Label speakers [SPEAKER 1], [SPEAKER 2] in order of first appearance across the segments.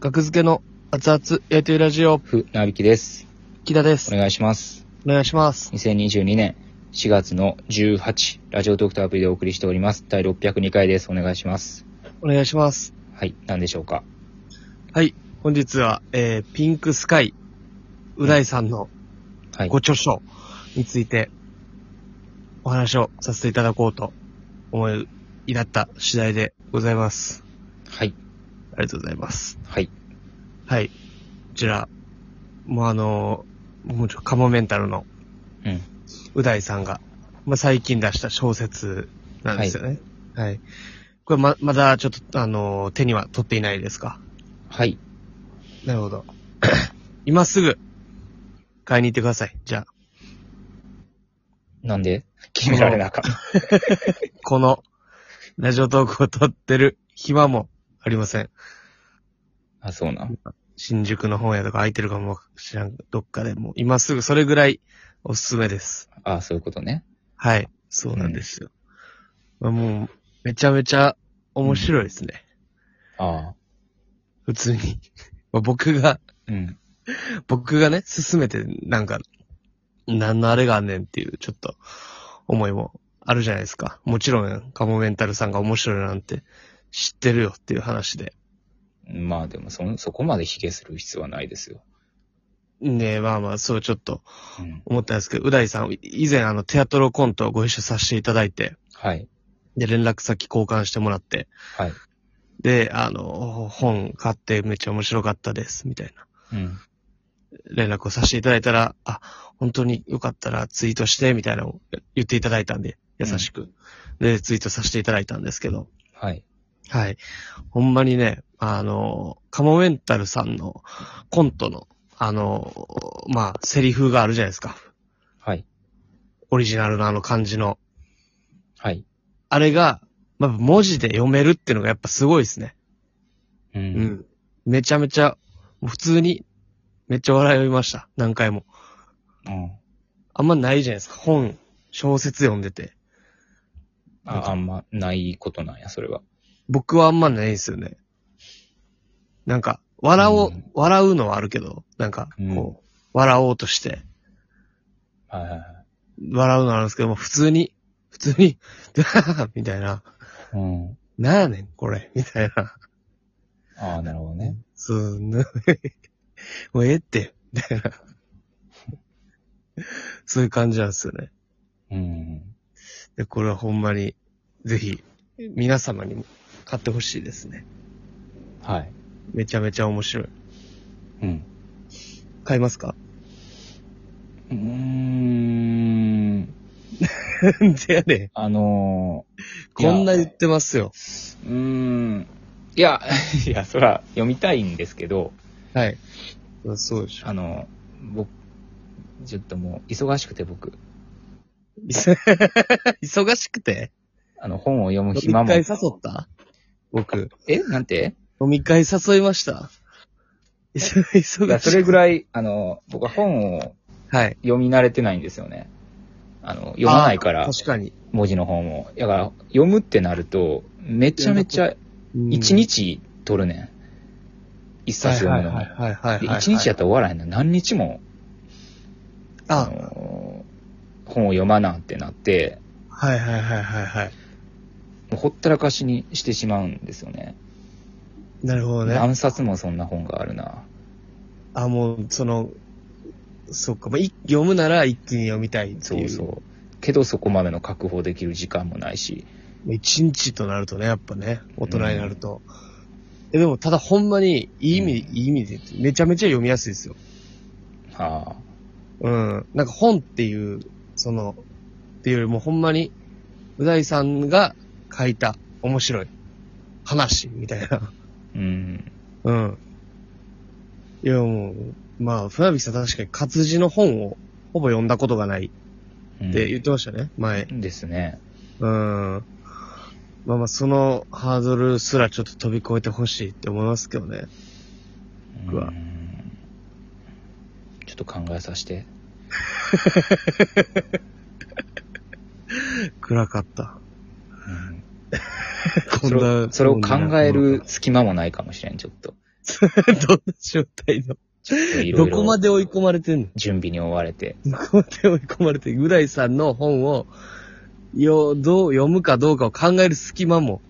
[SPEAKER 1] 学付けの熱々焼いてるラジオ、
[SPEAKER 2] ふ、なびきです。
[SPEAKER 1] 木田です
[SPEAKER 2] お。願いします。
[SPEAKER 1] お願いします。
[SPEAKER 2] 2022年4月の18、ラジオトークとアプリでお送りしております。第602回です。お願いします。
[SPEAKER 1] お願いします。
[SPEAKER 2] はい、何でしょうか。
[SPEAKER 1] はい。本日は、えー、ピンクスカイ、う大さんの
[SPEAKER 2] はい。
[SPEAKER 1] ご著書について、お話をさせていただこうと思い、いだった次第でございます。
[SPEAKER 2] はい、
[SPEAKER 1] ありがとうございます。
[SPEAKER 2] はい。
[SPEAKER 1] はい。こちら、もうあのー、もうちょ、カモメンタルの
[SPEAKER 2] うん。
[SPEAKER 1] う大さんが、まあ、最近出した小説なんですよね。はい。これま、まだちょっと、あのー、手には取っていないですか。
[SPEAKER 2] はい。
[SPEAKER 1] なるほど。 今すぐ、買いに行ってください。じゃあ、
[SPEAKER 2] なんで決められなかった。
[SPEAKER 1] この、ラジオトークを撮ってる暇もありません。
[SPEAKER 2] あ、そうなん。
[SPEAKER 1] 新宿の本屋とか空いてるかも知らん、どっかでもう、今すぐそれぐらいおすすめです。
[SPEAKER 2] あ、そういうことね。
[SPEAKER 1] はい。そうなんですよ。まあ、もう、めちゃめちゃ面白いですね。
[SPEAKER 2] ああ。
[SPEAKER 1] 普通に。 まあ、僕が、
[SPEAKER 2] うん。
[SPEAKER 1] 僕がね、進めて、なんか、何のあれがあんねんっていう、ちょっと、思いもあるじゃないですか。もちろん、カモメンタルさんが面白いなんて知ってるよっていう話で。
[SPEAKER 2] まあでもそん、そこまで卑下する必要はないですよ。
[SPEAKER 1] ねえ、まあまあ、そうちょっと
[SPEAKER 2] うん。
[SPEAKER 1] 思ったんですけど、う大さん、以前あの、テアトロコントをご一緒させていただいて、
[SPEAKER 2] はい。
[SPEAKER 1] で、連絡先交換してもらって、
[SPEAKER 2] はい。
[SPEAKER 1] で、あの、本買ってめっちゃ面白かったです、みたいな。
[SPEAKER 2] うん。
[SPEAKER 1] 連絡をさせていただいたら、あ、本当によかったらツイートして、みたいなのを言っていただいたんで、優しく。で、ツイートさせていただいたんですけど、
[SPEAKER 2] はい。
[SPEAKER 1] はい。ほんまにね、あの、カモメンタルさんのコントの、あの、まあ、セリフがあるじゃないですか。
[SPEAKER 2] はい。
[SPEAKER 1] オリジナルのあの感じの。
[SPEAKER 2] はい。
[SPEAKER 1] あれが、まあ、文字で読めるっていうのがやっぱすごいですね。
[SPEAKER 2] う。
[SPEAKER 1] うんん。めちゃめちゃ、普通に、めっちゃ笑いました。何回も。
[SPEAKER 2] うん。
[SPEAKER 1] あんまないじゃないですか。本、小説読んでて。
[SPEAKER 2] あ、あんまないことなんや、それは。
[SPEAKER 1] 僕はあんまないですよね。なんか、笑おう、
[SPEAKER 2] うん
[SPEAKER 1] 笑うのはあるけど、なんか、こう、
[SPEAKER 2] うん
[SPEAKER 1] 笑おうとして、
[SPEAKER 2] はいはいはい。
[SPEAKER 1] 笑うのはあるんですけども、普通に、普通に、 みたいな、
[SPEAKER 2] うん。
[SPEAKER 1] なんやねん、これ、みたいな。
[SPEAKER 2] ああ、なるほどね。
[SPEAKER 1] そう、なもうええって、みたいな。そういう感じなんですよね。
[SPEAKER 2] うん。
[SPEAKER 1] で、これはほんまに、ぜひ、皆様にも買ってほしいですね。
[SPEAKER 2] はい。
[SPEAKER 1] めちゃめちゃ面白い。
[SPEAKER 2] うん。
[SPEAKER 1] 買いますか
[SPEAKER 2] うーん。
[SPEAKER 1] なんでやねん。
[SPEAKER 2] あの
[SPEAKER 1] こんな言ってますよ。
[SPEAKER 2] ー、うーん。いや、 いや、そら、読みたいんですけど、
[SPEAKER 1] はい。そうでしょ。
[SPEAKER 2] あの、僕、ちょっともう、忙しくて僕、
[SPEAKER 1] 忙しくて
[SPEAKER 2] あの、本を読む
[SPEAKER 1] 飲み
[SPEAKER 2] 暇も
[SPEAKER 1] 会、誘った僕。
[SPEAKER 2] えなんて
[SPEAKER 1] 飲み会誘いました。忙忙し
[SPEAKER 2] いや、
[SPEAKER 1] く
[SPEAKER 2] それぐらい、あの、僕は本を
[SPEAKER 1] はい。
[SPEAKER 2] 読み慣れてないんですよね。あの、読まないから
[SPEAKER 1] あ、確かに。
[SPEAKER 2] 文字の方も。だから、読むってなると、めちゃめちゃ、
[SPEAKER 1] うん
[SPEAKER 2] 一日取るねん。一冊読むの
[SPEAKER 1] は
[SPEAKER 2] に
[SPEAKER 1] い。はいはいはい
[SPEAKER 2] で
[SPEAKER 1] はい。
[SPEAKER 2] 一日やったら終わらへんの何日も、あ
[SPEAKER 1] あ、
[SPEAKER 2] のー本を読まなってなって、
[SPEAKER 1] はいはいはいはいはい。
[SPEAKER 2] もうほったらかしにしてしまうんですよね。
[SPEAKER 1] なるほどね。
[SPEAKER 2] 何冊もそんな本があるな。
[SPEAKER 1] あ、もう、その、そっか。まあ、い読むなら一気に読みたいって
[SPEAKER 2] そ
[SPEAKER 1] いうう。
[SPEAKER 2] そう。けどそこまでの確保できる時間もないし。
[SPEAKER 1] 一日となるとね、やっぱね、大人になると。えでも、ただほんまに、いい意味、
[SPEAKER 2] うん
[SPEAKER 1] いい意味で、めちゃめちゃ読みやすいですよ。
[SPEAKER 2] はあ。
[SPEAKER 1] うん。なんか本っていう、その、っていうよりもほんまに、う大さんが書いた面白い話みたいな。
[SPEAKER 2] うん。
[SPEAKER 1] うん。いやもう、まあ、船引さん確かに活字の本をほぼ読んだことがない
[SPEAKER 2] うん
[SPEAKER 1] って言ってましたね、前。
[SPEAKER 2] ですね。
[SPEAKER 1] うん。まあまあ、そのハードルすらちょっと飛び越えてほしいって思いますけどね。僕は
[SPEAKER 2] うんちょっと考えさせて。
[SPEAKER 1] 暗かった。
[SPEAKER 2] うん
[SPEAKER 1] こんな
[SPEAKER 2] それをそれを考える隙間もないかもしれん、ちょっと。
[SPEAKER 1] どんな状態の
[SPEAKER 2] いろ
[SPEAKER 1] ど
[SPEAKER 2] い
[SPEAKER 1] こ
[SPEAKER 2] ろ
[SPEAKER 1] まで追い込まれてんの
[SPEAKER 2] 準備に追われて。
[SPEAKER 1] どこまで追い込まれてぐらいさんの本を、よ、どう、読むかどうかを考える隙間も。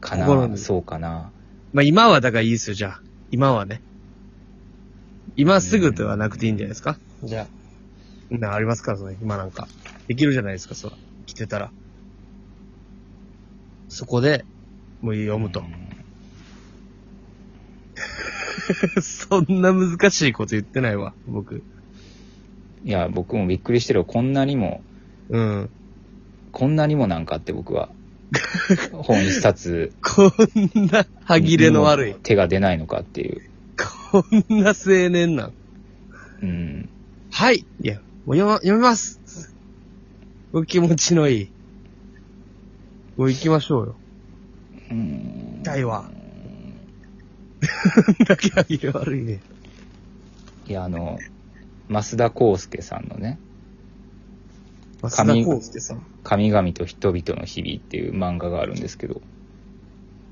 [SPEAKER 2] か
[SPEAKER 1] 心に
[SPEAKER 2] なそうかな
[SPEAKER 1] まあ今はだからいいですよ、じゃあ。今はね。今すぐではなくていいんじゃないですかじゃあ。な、ありますから、その今なんか。できるじゃないですか、そら。来てたら。そこで、もう読むと
[SPEAKER 2] う。ん
[SPEAKER 1] そんな難しいこと言ってないわ、僕。
[SPEAKER 2] いや、僕もびっくりしてるよ。こんなにも、
[SPEAKER 1] うん。
[SPEAKER 2] こんなにもなんかって 僕は。本一冊。
[SPEAKER 1] こんな歯切れの悪い。
[SPEAKER 2] 手が出ないのかっていう。
[SPEAKER 1] こんな青年なん。
[SPEAKER 2] うん。
[SPEAKER 1] はいいや、もう読ま、読みますお気持ちのいい。もう行きましょうよ。
[SPEAKER 2] うん
[SPEAKER 1] 痛い わ。だけ歯切れ悪いね。
[SPEAKER 2] いや、あの、増田康介さんのね、
[SPEAKER 1] 松田康介さん。
[SPEAKER 2] 神々と人々の日々っていう漫画があるんですけど、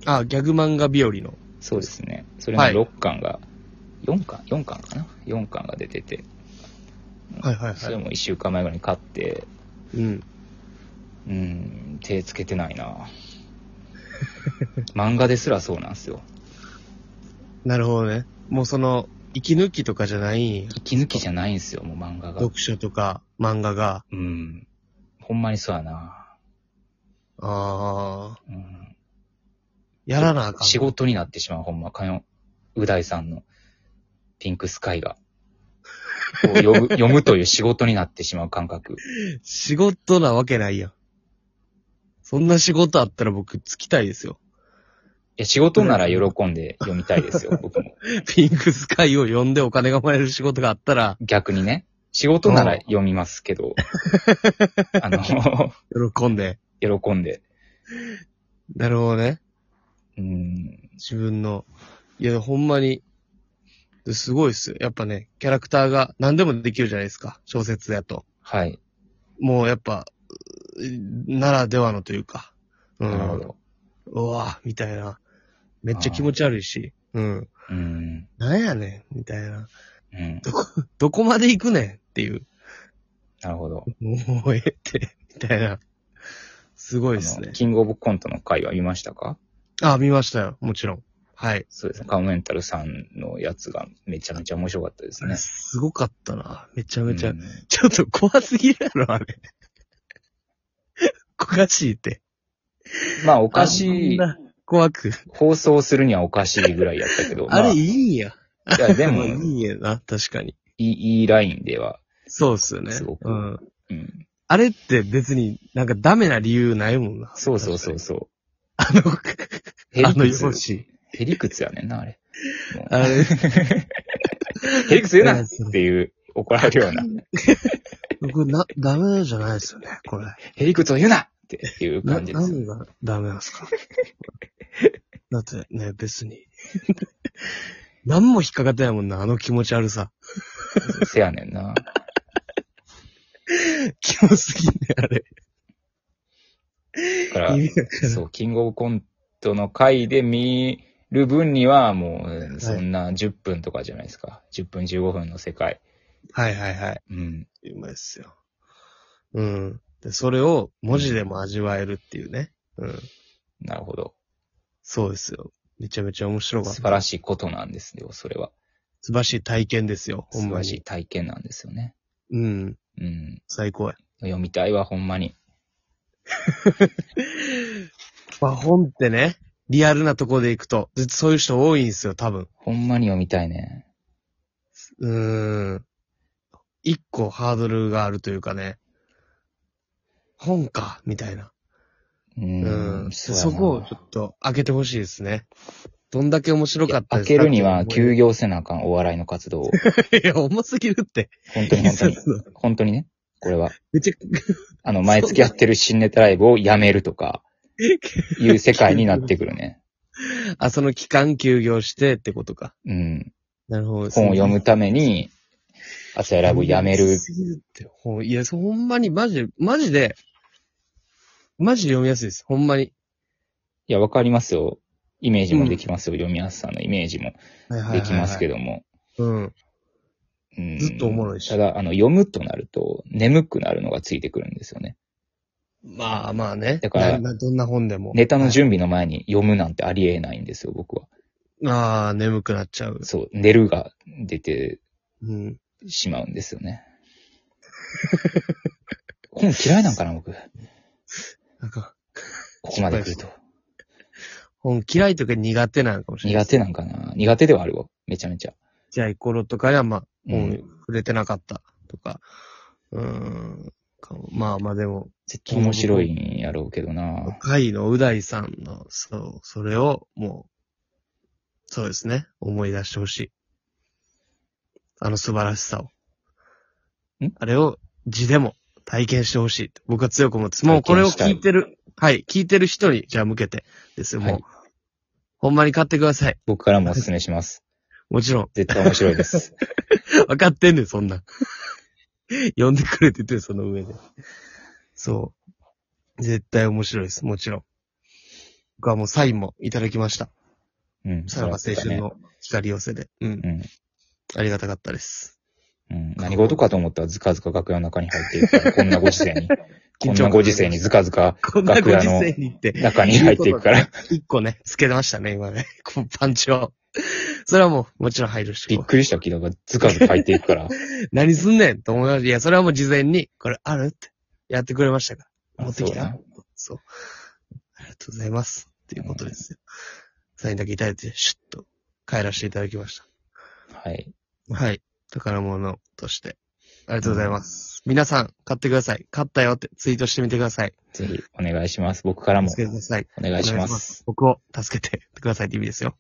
[SPEAKER 1] あ、ギャグ漫画日和の。
[SPEAKER 2] そうですね。それの
[SPEAKER 1] はい
[SPEAKER 2] 6巻が、4巻 ?4 巻かな ?4 巻が出てて、
[SPEAKER 1] はいはい
[SPEAKER 2] それ
[SPEAKER 1] は
[SPEAKER 2] も1週間前ぐらいに買って、
[SPEAKER 1] い。うん。
[SPEAKER 2] うん、手つけてな いな漫画ですらそうなんですよ。
[SPEAKER 1] なるほどね。もうその、息抜きとかじゃないんや
[SPEAKER 2] 息抜きじゃないんですよ、もう漫画が。
[SPEAKER 1] 読書とか漫画が。
[SPEAKER 2] うん。ほんまにそうやな
[SPEAKER 1] あー、
[SPEAKER 2] うん。
[SPEAKER 1] やらなあかん。
[SPEAKER 2] 仕。事になってしまう、ほんま。かよ、うだいさんのピンクスカイが。を読む、 読むという仕事になってしまう感覚。
[SPEAKER 1] 仕事なわけないやん。そんな仕事あったら僕つきたいですよ。
[SPEAKER 2] いや、仕事なら喜んで読みたいです よ、僕も。
[SPEAKER 1] ピンクスカイを呼んでお金がもらえる仕事があったら、
[SPEAKER 2] 逆にね。仕事なら読みます けど。あの、
[SPEAKER 1] 喜んで。
[SPEAKER 2] 喜んで。
[SPEAKER 1] なるほどね。
[SPEAKER 2] うん。
[SPEAKER 1] 自分の。いや、ほんまに、すごいっすよ。やっぱね、キャラクターが何でもできるじゃないですか。小説やと。
[SPEAKER 2] はい。
[SPEAKER 1] もうやっぱ、うならではのというか。うん。
[SPEAKER 2] なるほど。
[SPEAKER 1] うわみたいな。めっちゃ気持ち悪いし。うん。
[SPEAKER 2] うん。
[SPEAKER 1] なんやねんみたいな。
[SPEAKER 2] うん。
[SPEAKER 1] どこまで行くねんっていう。
[SPEAKER 2] なるほど。
[SPEAKER 1] もうええって。みたいな。すごいです
[SPEAKER 2] あ
[SPEAKER 1] ね
[SPEAKER 2] の。キングオブコントの回は見ましたか
[SPEAKER 1] あ、見ましたよ。もちろん。はい。
[SPEAKER 2] そうですね。カモメンタルさんのやつがめちゃめちゃ面白かったですね。
[SPEAKER 1] すごかったな。めちゃめちゃ。
[SPEAKER 2] うん
[SPEAKER 1] ちょっと怖すぎるやろ、あれ。 おかしいって。
[SPEAKER 2] まあ、おかしい
[SPEAKER 1] あん。な怖く。
[SPEAKER 2] 放送するにはおかしいぐらいやったけど、
[SPEAKER 1] あ
[SPEAKER 2] ま
[SPEAKER 1] れ
[SPEAKER 2] い
[SPEAKER 1] いいんや。
[SPEAKER 2] や、で
[SPEAKER 1] ま
[SPEAKER 2] も
[SPEAKER 1] あ、いい
[SPEAKER 2] い
[SPEAKER 1] んやな、確かに。
[SPEAKER 2] い、いいラインでは、
[SPEAKER 1] そうっすよね。
[SPEAKER 2] すごく
[SPEAKER 1] うん。
[SPEAKER 2] うん。
[SPEAKER 1] あれって別になんかダメな理由ないもんな。
[SPEAKER 2] そうそうそうそう。
[SPEAKER 1] あの、
[SPEAKER 2] へ
[SPEAKER 1] あ
[SPEAKER 2] り
[SPEAKER 1] の
[SPEAKER 2] く
[SPEAKER 1] 予想
[SPEAKER 2] つ、
[SPEAKER 1] 紙。
[SPEAKER 2] へりくつやねんな、あれ。もう
[SPEAKER 1] あれ、
[SPEAKER 2] へりくつ言うな っていう、怒られるような、
[SPEAKER 1] 僕な、ダメじゃないですよね、これ。
[SPEAKER 2] へりくつを言うなっていう
[SPEAKER 1] な、
[SPEAKER 2] 感じですよ。
[SPEAKER 1] 何がダメなんですか だってね、別に。 何も引っかかってないもんな、あの気持ち悪さ。
[SPEAKER 2] せやねんな。
[SPEAKER 1] キモすぎね、あれ。
[SPEAKER 2] だから
[SPEAKER 1] 意、味わからん
[SPEAKER 2] そう、キングオブコントの回で見る分には、もううん、そんな10分とかじゃないですか。10分15分の世界。
[SPEAKER 1] はいはいはい。
[SPEAKER 2] うん。
[SPEAKER 1] うまいっすよ。うん。で、それを文字でも味わえるっていうね。うん。
[SPEAKER 2] なるほど。
[SPEAKER 1] そうですよ。めちゃめちゃ面白かっ
[SPEAKER 2] 素
[SPEAKER 1] た。
[SPEAKER 2] 晴らしいことなんですよ、それは。
[SPEAKER 1] 素晴らしい体験ですよ、ほ
[SPEAKER 2] 素
[SPEAKER 1] ん
[SPEAKER 2] 晴
[SPEAKER 1] ま
[SPEAKER 2] らしい
[SPEAKER 1] に。
[SPEAKER 2] 体験なんですよね。
[SPEAKER 1] うん。
[SPEAKER 2] うん。
[SPEAKER 1] 最高や。
[SPEAKER 2] 読みたいわ、ほんまに。
[SPEAKER 1] まあ、本ってね、リアルなとこで行くと、ずっとそういう人多いんですよ、多分。
[SPEAKER 2] ほんまに読みたいね。
[SPEAKER 1] うーん。一個ハードルがあるというかね。本か、みたいな。
[SPEAKER 2] う。
[SPEAKER 1] うんん。
[SPEAKER 2] うやな
[SPEAKER 1] そこをちょっと開けてほしいですね。どんだけ面白かった
[SPEAKER 2] 開
[SPEAKER 1] ですか
[SPEAKER 2] けるには
[SPEAKER 1] っていう
[SPEAKER 2] 休業せなあかん、お笑いの活動を。
[SPEAKER 1] いや、重すぎるって。
[SPEAKER 2] 本 当に本当に。
[SPEAKER 1] そう
[SPEAKER 2] 本当にね。これは。
[SPEAKER 1] めっちゃ、
[SPEAKER 2] あの、毎月やってる新ネタライブをやめるとか、いう世界になってくるね。
[SPEAKER 1] あ、その期間休業してってことか。
[SPEAKER 2] うん。
[SPEAKER 1] なるほど。
[SPEAKER 2] 本を読むために、朝やライブをやめ
[SPEAKER 1] 重
[SPEAKER 2] る。
[SPEAKER 1] すぎるって。ほんいや、そうほんまに、マジで、マジで、マジで読みやすいです。ほんまに。
[SPEAKER 2] いや、わかりますよ。イメージもできますよ。読みやすさのイメージも
[SPEAKER 1] はいはいはいはい
[SPEAKER 2] できますけども。
[SPEAKER 1] うん。
[SPEAKER 2] うん
[SPEAKER 1] ずっとおもろいした
[SPEAKER 2] だ、あの、読むとなると、眠くなるのがついてくるんですよね。
[SPEAKER 1] まあまあね。
[SPEAKER 2] だから
[SPEAKER 1] ななどんな本でも。
[SPEAKER 2] ネタの準備の前に読むなんてありえないんですよ、僕は。
[SPEAKER 1] ああ、眠くなっちゃう。
[SPEAKER 2] そう、寝るが出て
[SPEAKER 1] うん。
[SPEAKER 2] しまうんです よね。本嫌いなんかな、僕。
[SPEAKER 1] なんか、
[SPEAKER 2] ここまで来ると。
[SPEAKER 1] 本嫌いというか苦手なのかもしれない。
[SPEAKER 2] 苦手なんかな。苦手ではあるわ。めちゃめちゃ。
[SPEAKER 1] ちっちゃい頃とかには、まあ、
[SPEAKER 2] う
[SPEAKER 1] 本
[SPEAKER 2] ん。
[SPEAKER 1] 触れてなかったとか。うーん。かもまあまあでも、
[SPEAKER 2] 絶対面白いんやろうけどな。
[SPEAKER 1] 会のう大さんの、そう、それをもう、そうですね、思い出してほしい。あの素晴らしさを
[SPEAKER 2] ん。
[SPEAKER 1] あれを字でも体験してほしい。僕は強く思ってますもうこれを
[SPEAKER 2] 体験したい
[SPEAKER 1] 聞いてる、はい、聞いてる人に、じゃあ向けてですよ、もう。
[SPEAKER 2] はい
[SPEAKER 1] ほんまに買ってください。
[SPEAKER 2] 僕からもお勧めします。
[SPEAKER 1] もちろん。
[SPEAKER 2] 絶対面白いです。
[SPEAKER 1] わかってんねん、そんなん。 呼んでくれって言ってる、その上で。そう。絶対面白いです、もちろん。僕はもうサインもいただきました。
[SPEAKER 2] うん。
[SPEAKER 1] さらば青春の光寄せで。うん。
[SPEAKER 2] うん。
[SPEAKER 1] ありがたかったです。
[SPEAKER 2] うん。何事かと思ったらずかずか楽屋の中に入っていくから、こんなご時世に。こ
[SPEAKER 1] 緊張感
[SPEAKER 2] んなご時世にずかずか
[SPEAKER 1] こんなご時世にって、
[SPEAKER 2] 中に入っていく から、
[SPEAKER 1] 一個ね、つけてましたね、今ね。このパンチを。それはもう、もちろん入るし
[SPEAKER 2] びっ。くりした木戸がずかずか入っていくから。
[SPEAKER 1] 何すんねんと思いました。いや、それはもう事前に、これあるって、やってくれましたから。 持ってき
[SPEAKER 2] そう
[SPEAKER 1] た
[SPEAKER 2] な
[SPEAKER 1] そうありがとうございます。っていうことですよ。サインだけいただいて、シュッと帰らせていただきまし
[SPEAKER 2] はい。
[SPEAKER 1] た。はい。宝物として。ありがとうございます。皆さん、買ってください。買ったよってツイートしてみてください。
[SPEAKER 2] ぜひお願いします。僕からも
[SPEAKER 1] 助けてください。
[SPEAKER 2] お願いし
[SPEAKER 1] お願いし
[SPEAKER 2] ま。
[SPEAKER 1] ます僕を助けてくださいって意味ですよ。